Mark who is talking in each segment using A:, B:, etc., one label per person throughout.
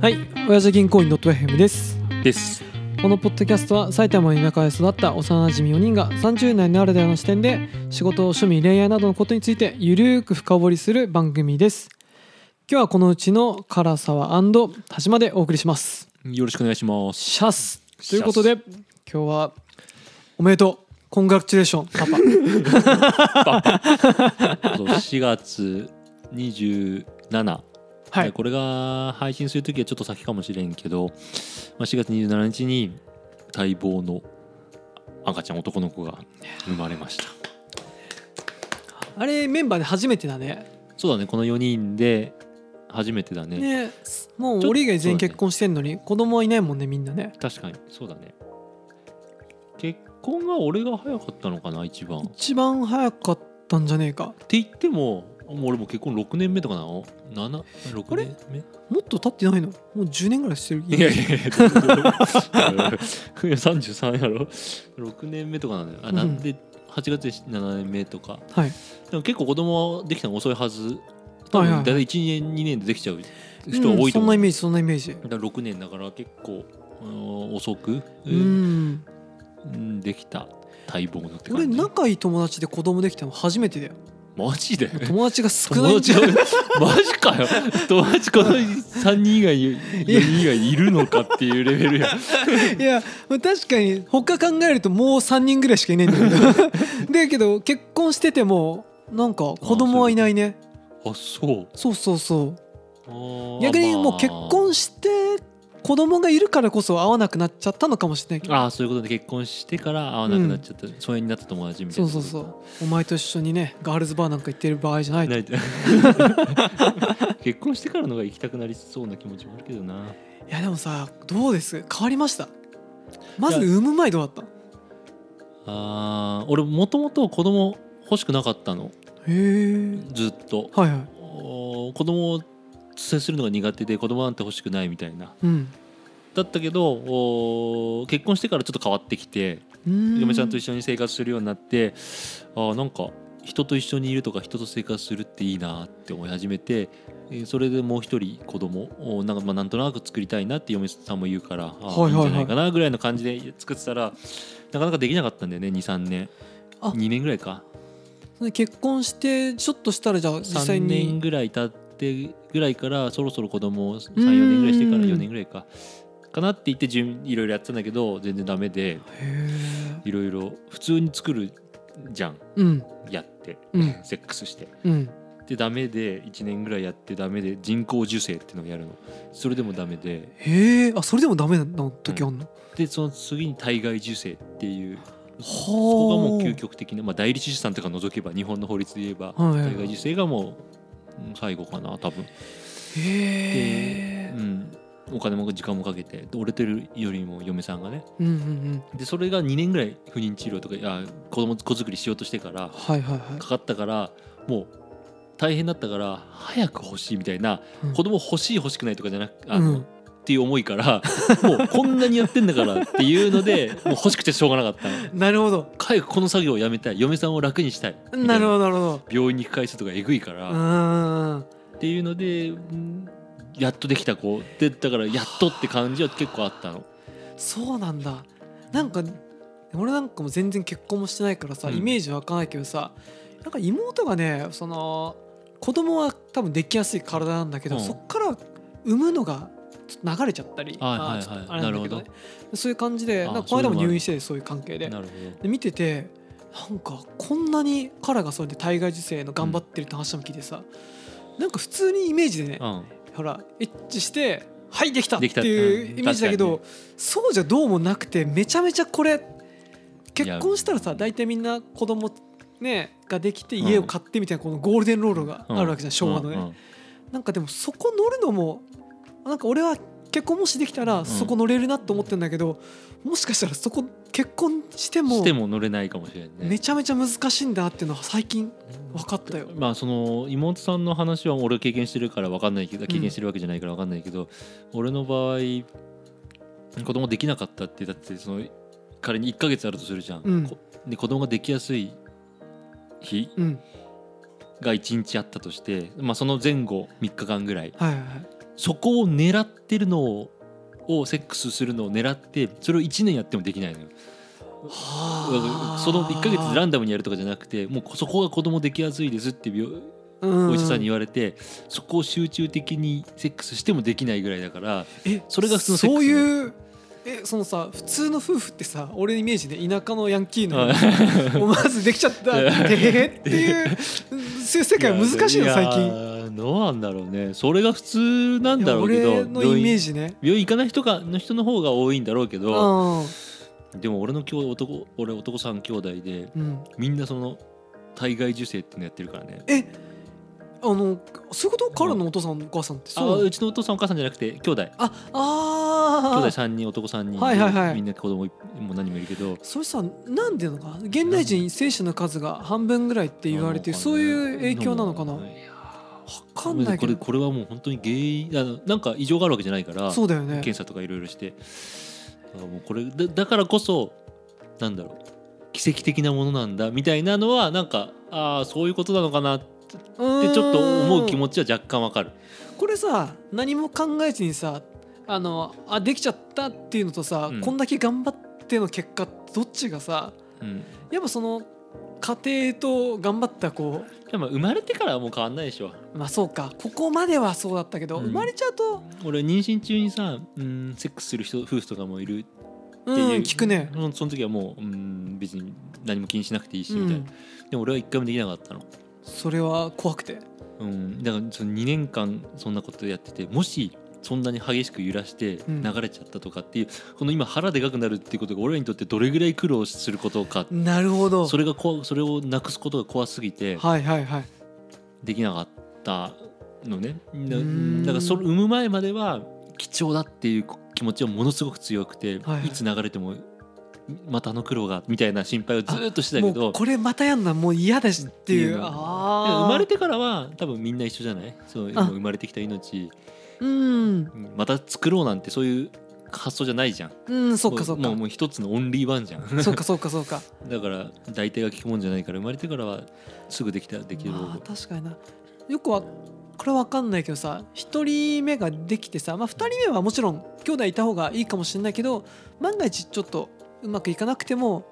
A: はい、親父銀行員 .fm です。
B: です。
A: このポッドキャストは埼玉の田舎で育った幼馴染4人が30代ならではの視点で仕事、趣味、恋愛などのことについてゆるーく深掘りする番組です。今日はこのうちの唐沢田島でお送りします。
B: よろしくお願いしま す。
A: シャスということで今日はおめでとうコングラチュレーションパパ
B: 4月27、
A: は
B: で
A: い
B: これが配信するときはちょっと先かもしれんけど、まあ、4月27日に待望の赤ちゃん男の子が生まれました。
A: あれメンバーで初めてだね
B: そうだね、この4人で初めてだね。
A: ねもう
B: ちょっと
A: 俺以外全員結婚してんのに子供はいないもんねみんなね
B: 確かに、そうだね。結婚が俺が早かったのかな、一番。っ
A: 一番早かったんじゃねえか
B: て言っても、もう俺も結婚6年目とかなの ?7、6年目
A: もっと経ってないのもう10年ぐらいしてる
B: いやいやいや 33や ろ6年目とかなんだよあなんで8月で7年目とか
A: はい
B: でも結構子供はできたの遅いはず多
A: はいはい
B: 分
A: は
B: 大
A: い
B: 体1年2年でできちゃう人が多
A: うん
B: い
A: そ
B: と
A: ん
B: 思
A: な
B: う、
A: イメージそんなイメージ
B: だから6年だから結構うん遅く、
A: う
B: うん
A: ん
B: うんできた待望のって
A: 俺
B: 感じ
A: 仲いい友達で子供できたの初めてだよ
B: マジで
A: 友達が少ない
B: 友
A: ん
B: 達
A: じゃ
B: が
A: な い
B: マジかよ友達この3人以外4人以外いるのかっていうレベルや
A: いや確かに他考えるともう3人ぐらいしかいないんだ けどだけど結婚しててもなんか子供はいないね
B: あそう
A: そうそうそう
B: あー
A: 逆にもう
B: まあ
A: 結婚して子供がいるからこそ会わなくなっちゃったのかもしれないけど
B: ああそういうことで結婚してから会わなくなっちゃった、疎遠になった友達みたい
A: そう
B: な
A: そう
B: こと
A: そうお前と一緒にねガールズバーなんか行ってる場合じゃない
B: な
A: と
B: い 結婚してからのが行きたくなりそうな気持ちもあるけどない
A: やでもさどうです変わりましたまず
B: いや
A: 産む前どうだっ
B: あー俺もともと子供欲しくなかったの
A: たへえ
B: ずっと、
A: はいはい
B: お子供を接するのが苦手で子供なんて欲しくないみたいな
A: うん
B: だったけどお結婚してからちょっと変わってきて
A: うーん
B: 嫁ちゃんと一緒に生活するようになってあーなんか人と一緒にいるとか人と生活するっていいなって思い始めてえーそれでもう一人子供をなんかまあなんとなく作りたいなって嫁さんも言うから、あー
A: はいはいはい
B: いんじゃないかなぐらいの感じで作ってたらなかなかできなかったんだよね23年
A: あ
B: 2年ぐらいか
A: それ結婚してちょっとしたらじゃあ実際
B: 3
A: に
B: 年ぐらい経ってぐらいからそろそろ子供を34年ぐらいしてから
A: うん
B: 4年ぐらいかかなって言って順いろいろやってたんだけど全然ダメで
A: へえ
B: いろいろ普通に作るじゃん
A: うん
B: やって
A: うん
B: セックスして
A: うん
B: でダメで1年ぐらいやってダメで人工授精っていうのをやるのそれでもダメで
A: へえあそれでもダメな時あんの、は
B: でその次に体外受精っていう
A: あ
B: そこがもう究極的な、まあ、代理出産とか除けば日本の法律で言えば
A: はいはい
B: 体外受精がもううん最後かな多分、
A: へえ
B: うん、お金も時間もかけてで折れてるよりも嫁さんがね
A: うんうんうん
B: でそれが2年ぐらい不妊治療とかあ子供子作りしようとしてから
A: はいはいはい
B: かかったからもう大変だったから早く欲しいみたいな
A: うん
B: 子供欲しい欲しくないとかじゃなくあの、
A: うん
B: っていう思いからもうこんなにやってんだからっていうのでもう欲しくてしょうがなかったの
A: なるほど
B: 早くこの作業をやめたい嫁さんを楽にしたいみたい
A: なるほどなるほど
B: 病院に行く回数とかえぐいから、
A: う
B: っ
A: ーん
B: ていうのでうんやっとできた子でだからやっとって感じは結構あったの
A: そうなんだなんか俺なんかも全然結婚もしてないからさ、
B: うん
A: イメージわかんないけどさなんか妹がねその子供は多分できやすい体なんだけど、
B: うん
A: そっから産むのがちょっと流れちゃったり、
B: はいはい
A: ま
B: はい
A: ちょっとあれなんだけど,、ね
B: な、
A: そういう感じで
B: あ
A: な
B: あ
A: んかこの間も入院しててそういう関係で
B: なるほ
A: で見ててなんかこんなにカラがそれで体外受精の頑張ってるって話も聞いてさ、なんか普通にイメージでね、
B: ど、
A: ほらエッチしてはいできたって
B: できた
A: いううんイメージだけど、
B: 確
A: そうじゃどうもなくてめちゃめちゃこれ結婚したら
B: い
A: さ
B: や
A: 大体みんな子供ねができて
B: うん
A: 家を買ってみたいなこのゴールデンロールが
B: うん、
A: あるわけじゃん、昭和のね、
B: うんうん
A: なんかでもそこ乗るのもなんか俺は結婚もしできたら
B: ん
A: そこ乗れるなと思ってんだけど、もしかしたらそこ結婚しても
B: しても乗れないかもしれないね
A: めちゃめちゃ難しいんだっていうのは最近分かったよ。
B: まあその妹さんの話は俺経験してるから分かんないけど経験してるわけじゃないから分かんないけど、俺の場合子供できなかったってだってその仮に1ヶ月あるとするじゃん、
A: うん
B: こで子供ができやすい日
A: うん、
B: が1日あったとして、まあ、その前後3日間ぐらい
A: はいはいはい
B: そこを狙ってるのををセックスするのを狙ってそれを1年やってもできないのよ
A: は
B: その1か月ランダムにやるとかじゃなくてもうそこが子供できやすいですって病お医者さんに言われて、そこを集中的にセックスしてもできないぐらいだから
A: え
B: それが普通のセックス
A: そういうえそのさ普通の夫婦ってさ俺のイメージで田舎のヤンキーの もうまずできちゃった
B: い
A: で
B: や
A: ーっていうそういう世界は難しいの
B: や
A: 最近
B: やどうなんだろうねそれが普通なん
A: い
B: だ
A: や
B: ろうけど
A: 俺のイメー
B: ジ
A: ジね
B: 病院行かない人かの人の方が多いんだろうけ
A: う
B: ど、
A: ん
B: でも俺の兄男俺男3兄弟で
A: うん
B: みんなその体外受精っていうのやってるからね
A: えあのそういうこと彼のお父さんお母さんって
B: あ
A: そうなの
B: うちのお父さんお母さんじゃなくて兄弟
A: あ
B: 兄
A: あ
B: 弟
A: あ
B: 3人男3人で、
A: はいはいはい
B: みんな子供いもう何人もいるけど
A: それさなんでなのかな現代人精子の数が半分ぐらいって言われて
B: なのかね
A: そういう影響なのかなわ
B: いや
A: かんないけ
B: これ
A: ど
B: これはもう本当に原因あのなんか異常があるわけじゃないから
A: そうだよね
B: 検査とかいろいろしてだからもうこれだだからこそなんだろう奇跡的なものなんだみたいなのはなんかああそういうことなのかなって
A: うーん
B: ちょっと思う気持ちは若干わかる
A: これさ何も考えずにさあのあできちゃったっていうのとさ、
B: うん
A: こんだけ頑張っての結果どっちがさ
B: うん
A: やっぱその家庭と頑張ったこ
B: でも生まれてからはもう変わんないでしょ
A: うまあそうかここまではそうだったけど、
B: うん
A: 生まれちゃうと、
B: 俺妊娠中にさうんセックスする人夫婦とかもいるって
A: う、
B: いうん
A: 聞くね。
B: そのその時はもううん別に何も気にしなくていいし
A: う
B: みたいな、
A: ん、
B: でも俺は一回もできなかったの
A: それは怖くて。
B: うん、だからその2年間そんなことやっててもしそんなに激しく揺らして
A: うん
B: 流れちゃったとかっていう、この今腹でかくなるっていうことが俺らにとってどれぐらい苦労することか
A: なるほど。
B: それが怖それをなくすことが怖すぎて
A: はいはいはい。
B: できなかったのねだ
A: ん
B: だからその産む前までは貴重だっていう気持ちはものすごく強くて、
A: はいはい
B: いつ流れてもまたあの苦労がみたいな心配をずーっとしてたけ
A: もう
B: ど
A: これまたやんなもう嫌だしっていう。
B: っていうの
A: ああ。
B: 生まれてからは多分みんな一緒じゃないそうもう生まれてきた命
A: うん
B: また作ろうなんてそういう発想じゃないじゃん
A: うんそっかそっ
B: も
A: か
B: うもう一つのオンリーワンじゃん
A: そっかそっかそっか。
B: だから大体が効くもんじゃないから生まれてからはすぐできたできる、
A: まあ、確かになよくはこれわかんないけどさ1人目ができてさ、まあ、2人目はもちろん兄弟いた方がいいかもしれないけど万が一ちょっとうまくいかなくても、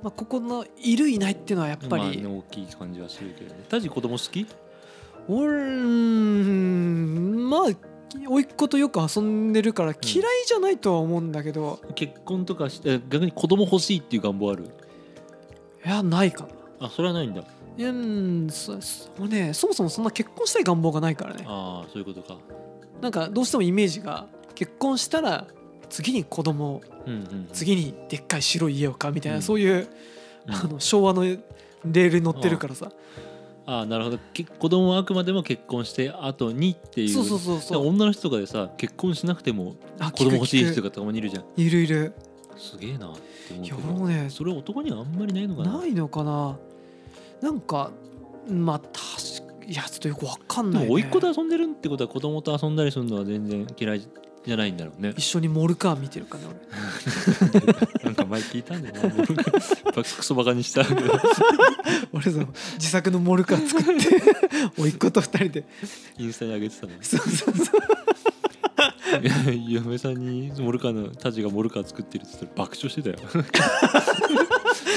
A: まあ、ここのいるいないっていうのはやっぱ
B: まあ
A: り、
B: ね大きい感じはするけどねタジ子供好き
A: 俺うーんまあ甥っ子とよく遊んでるから嫌いじゃないとは思うんだけど、
B: 結婚とかして逆に子供欲しいっていう願望ある
A: いやないかな。
B: あそれはないんだ
A: いやうんそそね、そもそもそんな結婚したい願望がないからね
B: ああそういうことか
A: なんかどうしてもイメージが結婚したら次に子供を
B: うんうんうん
A: 次にでっかい白い家を買うみたいな、
B: うん
A: そういう、
B: うん
A: あの昭和のレールに乗ってるからさ、
B: ああなるほどけ子供はあくまでも結婚して後にっていう
A: そうそうそう
B: だから
A: そう
B: 女の人とかでさ結婚しなくても
A: あ
B: 子供欲しい人
A: 聞く聞
B: とかたまにいるじゃん
A: くいるいる
B: すげえなって思う
A: い
B: け
A: や
B: ど
A: 俺もね
B: それは男にはあんまりないのかな
A: ないのかななんかまあ確かいやちょっとよくわかん
B: で
A: ない、ね、
B: も甥っ子と遊んでるってことは子供と遊んだりするのは全然嫌いじゃないんだろうね
A: 一緒にモルカー見てるからね
B: なんか前聞いたん だよなもうバクソバカにした
A: 俺俺その自作のモルカー作って甥っ子と二人で
B: インスタに上げてたの
A: そうそうそう
B: いや嫁さんにモルカーのタジがモルカー作ってるっつったら爆笑してたよ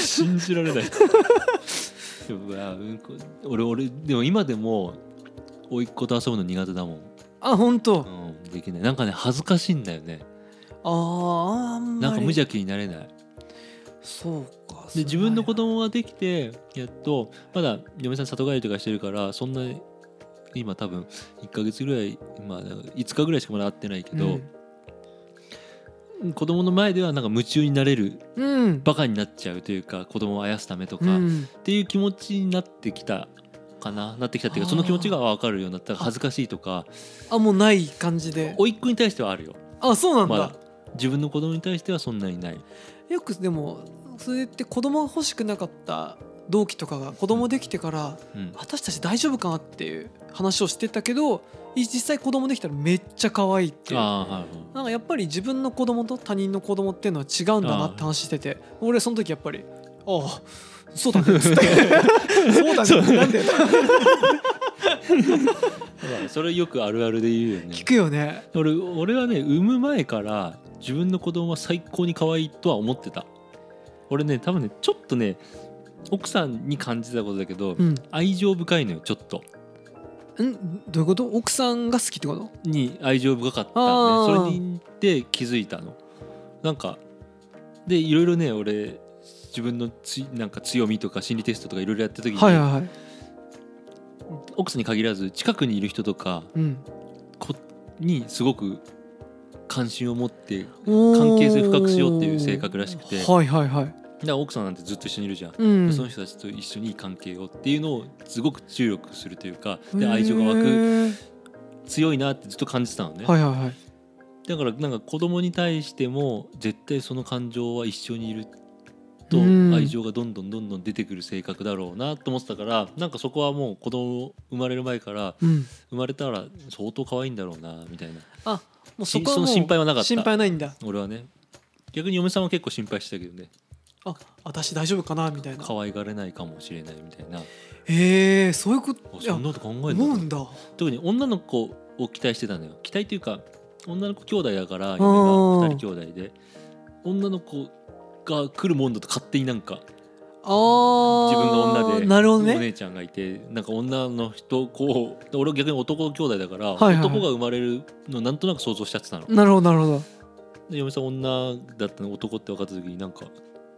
B: 信じられないでもあうんこ俺俺でも今でも甥っ子と遊ぶの苦手だもん、
A: あ本当
B: うん、できないなんかね恥ずかしいんだよね
A: あーあんまり
B: なんか無邪気になれない
A: そうか
B: で自分の子供ができてやっとまだ嫁さん里帰りとかしてるからそんな今多分1ヶ月ぐらい、まあ、5日ぐらいしかまだ会ってないけど、子供の前ではなんか夢中になれる
A: うん、
B: バカになっちゃうというか子供をあやすためとか、
A: う
B: っ
A: ん、
B: ていう気持ちになってきたかななってきたっていう
A: あー
B: かその気持ちが分かるようになった恥ずかしいとか
A: あもうない感じで
B: 甥っ子に対してはあるよ
A: あそうなんだ、
B: まだ自分の子供に対してはそんなにない
A: よくでもそれって子供が欲しくなかった同期とかが子供できてから
B: うん
A: 私たち大丈夫かなっていう話をしてたけどい実際子供できたらめっちゃ可愛いっていう
B: あーはいはい
A: なんかやっぱり自分の子供と他人の子供っていうのは違うんだなって話してて俺その時やっぱり「ああ そうだね」っつって「そうだね」なんだよ
B: まあそれよくあるあるで言うよね
A: 聞くよね
B: 俺俺はね産む前から自分の子供は最高に可愛いとは思ってた俺ね多分ねちょっとね奥さんに感じたことだけど、
A: うんん
B: 愛情深いのよちょっと
A: どういうこと奥さんが好きってこと
B: に愛情深かった
A: あー
B: ねそれにで気づいたのなんかでいろいろね俺自分のつなんか強みとか心理テストとかいろいろやった時に、
A: はいはいはい
B: 奥さんに限らず近くにいる人とか
A: うん
B: こにすごく関心を持って
A: 関
B: 関係性深くしようっていう性格らしくて
A: はいはいはい
B: だから奥さんなんてずっと一緒にいるじゃん、
A: うん
B: その人たちと一緒にいい関係をっていうのをすごく注力するというか
A: へ
B: で
A: ー
B: 愛情が湧く強いなってずっと感じてたのね、
A: はいはいはい
B: だからなんか子供に対しても絶対その感情は一緒にいると
A: うん
B: 愛情がどんどんどんどん出てくる性格だろうなと思ってたからなんかそこはもう子供生まれる前から
A: うん
B: 生まれたら相当可愛いんだろうなみたいな
A: あもう
B: し
A: そこは
B: そ
A: も
B: の
A: う
B: 心配はなかった
A: 心配ないんだ
B: 俺はね逆に嫁さんは結構心配してたけどね
A: あ私大丈夫かなみたいな
B: 可愛がれないかもしれないみたいなあ
A: へえそういうこといや
B: そんなこと考え
A: 思
B: る
A: うんだあ
B: 特に女の子を期待してたのよ期待というか女の子兄弟だから嫁
A: う
B: が
A: ん
B: 2人兄弟で女の子が来るもんだと勝手になんか
A: あ
B: 自分が女で
A: なるほど
B: お
A: ね
B: 姉ちゃんがいてなんか女の人こう俺は逆に男兄弟だから、
A: はいはいはい
B: 男が生まれるのなんとなく想像しちゃってたの、
A: なるほどなるほど
B: で嫁さん女だったの男って分かった時になんか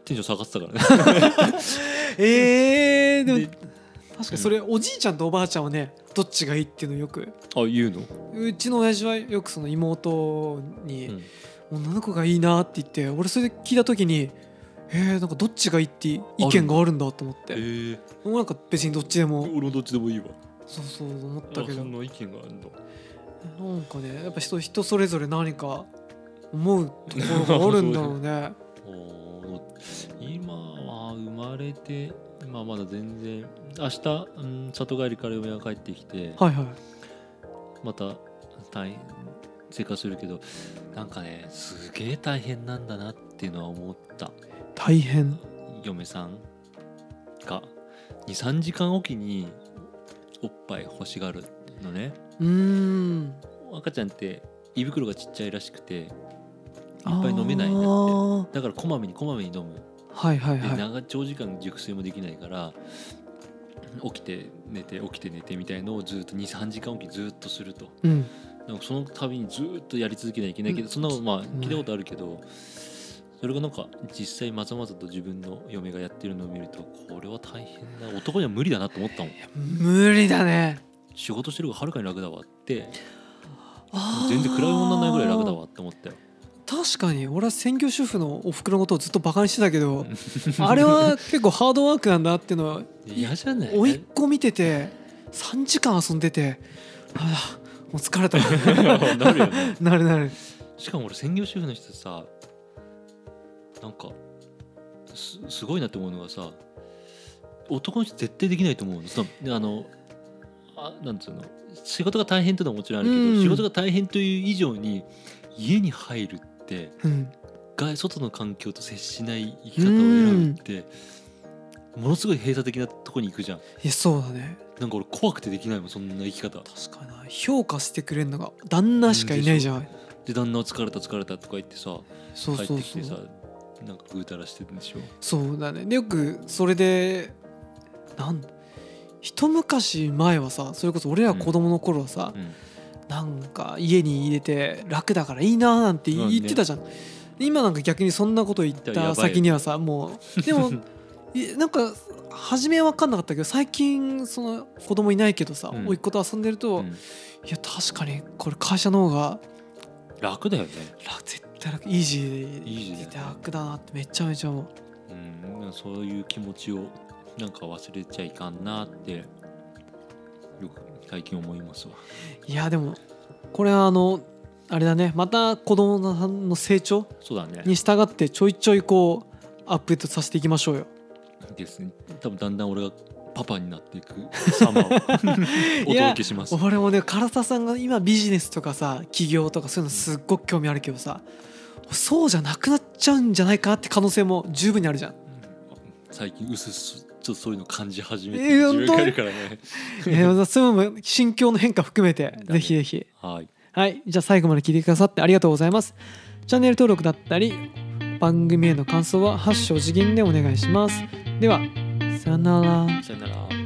B: テンション下がってたからね
A: え ー、でも
B: で
A: 確かにそれおじいちゃんとおばあちゃんはねどっちがいいっていうのよく
B: あ言うの、
A: うちの親父はよくその妹に、
B: うん
A: 女の子がいいなって言って俺それで聞いた時にえー、なんかどっちがいいって意見があるんだと思っ
B: え
A: てもうなんか別にどっちでも
B: 俺もどっちでもいいわ
A: そうそう思った
B: あ
A: け
B: そ
A: ど
B: んな意見があるんだ
A: なんかねやっぱ人人それぞれ何か思うところがあるんだろうね
B: おー今は生まれて今はまだ全然明日、うん、里帰りから嫁が帰ってきて
A: はいはい
B: また大変生活するけどなんかねすげえ大変なんだなっていうのは思った
A: 大変
B: 嫁さんが23時間おきにおっぱい欲しがるのね
A: うーん
B: 赤ちゃんって胃袋がちっちゃいらしくていっ
A: い
B: ぱい飲めないんだって
A: は
B: だからこまめにこまめに飲む
A: いはい
B: で
A: はい
B: 長長時間熟睡もできないから起きて寝て起きて寝てみたいのをずっと23時間おきずっとすると
A: うん
B: なんかその度にずっとやり続けなきゃいけないけど、
A: うん
B: そんなのまあ
A: ん
B: 聞いたことあるけど、それがなんか実際まざまざと自分の嫁がやってるのを見るとこれは大変だ男には無理だなと思ったもん
A: 無理だね
B: 仕事してる方がはるかに楽だわって
A: あー
B: 全然比べ物にならないぐらい楽だわって思ったよ
A: 確かに俺は専業主婦のおふくろのことをずっとバカにしてたけど あれは結構ハードワークなんだっていうのは
B: 嫌じゃない
A: 甥っ 子見てて3時間遊んでてあだもう疲れた
B: なるよね
A: なるなる
B: しかも俺専業主婦の人さなんかすすごいなって思うのがさ男の人絶対できないと思うのそのあのあなんつうの仕事が大変ってのはもちろんあるけど、
A: うん
B: 仕事が大変という以上に家に入るって
A: うん
B: 外外の環境と接しない生き方を選ぶって、ものすごい閉鎖的なとこに行くじゃん
A: いやそうだね
B: なんか俺怖くてできないもんそんな生き方
A: 確かにな評価してくれるのが旦那しかいないじゃん、
B: で旦那は疲れた疲れたとか言ってさ
A: そう
B: 帰っ
A: そう
B: てき
A: そ
B: てさ
A: う
B: なんかぐうたらしてるんでしょ
A: そうだねでよくそれでなん一昔前はさそれこそ俺ら子供の頃はさ、
B: うん
A: なんか家に入れて楽だからいいなーなんて
B: うん
A: 言
B: ね
A: 言ってたじゃん、今なんか逆にそんなこと言っ
B: いややば
A: た
B: い
A: 先にはさも うでもいなんか初めは分かんなかったけど最近その子供いないけどさ、
B: うん
A: 甥っ子と遊んでると、
B: う
A: い
B: ん
A: や確かにこれ会社の方が
B: 楽だよね、
A: 楽絶対楽イージーで
B: イージーだよね
A: 楽だなってめちゃめちゃ思う
B: うん、なんかそういう気持ちをなんか忘れちゃいかんなってよく最近思いますわ
A: いやでもこれはあのあれだねまた子供さんの成長
B: そうだね
A: に従ってちょいちょいこうアップデートさせていきましょうよ
B: ですね多分だんだん俺がパパになって いく様をお届けします
A: 俺もね唐田さんが今ビジネスとかさ起業とかそういうのすっごく興味あるけどさ そうじゃなくなっちゃうんじゃないかって可能性も十分にあるじゃん
B: 最近うすうすちょっとそういうの感じ始めて
A: えー
B: る
A: 本当
B: 自分がいるからね
A: いやまたそういうのも心境の変化含めて
B: ね
A: ぜひぜひ
B: はい
A: はいじゃあ最後まで聞いてくださってありがとうございますチャンネル登録だったり番組への感想は「発祥次元」でお願いしますではさよなら
B: さよなら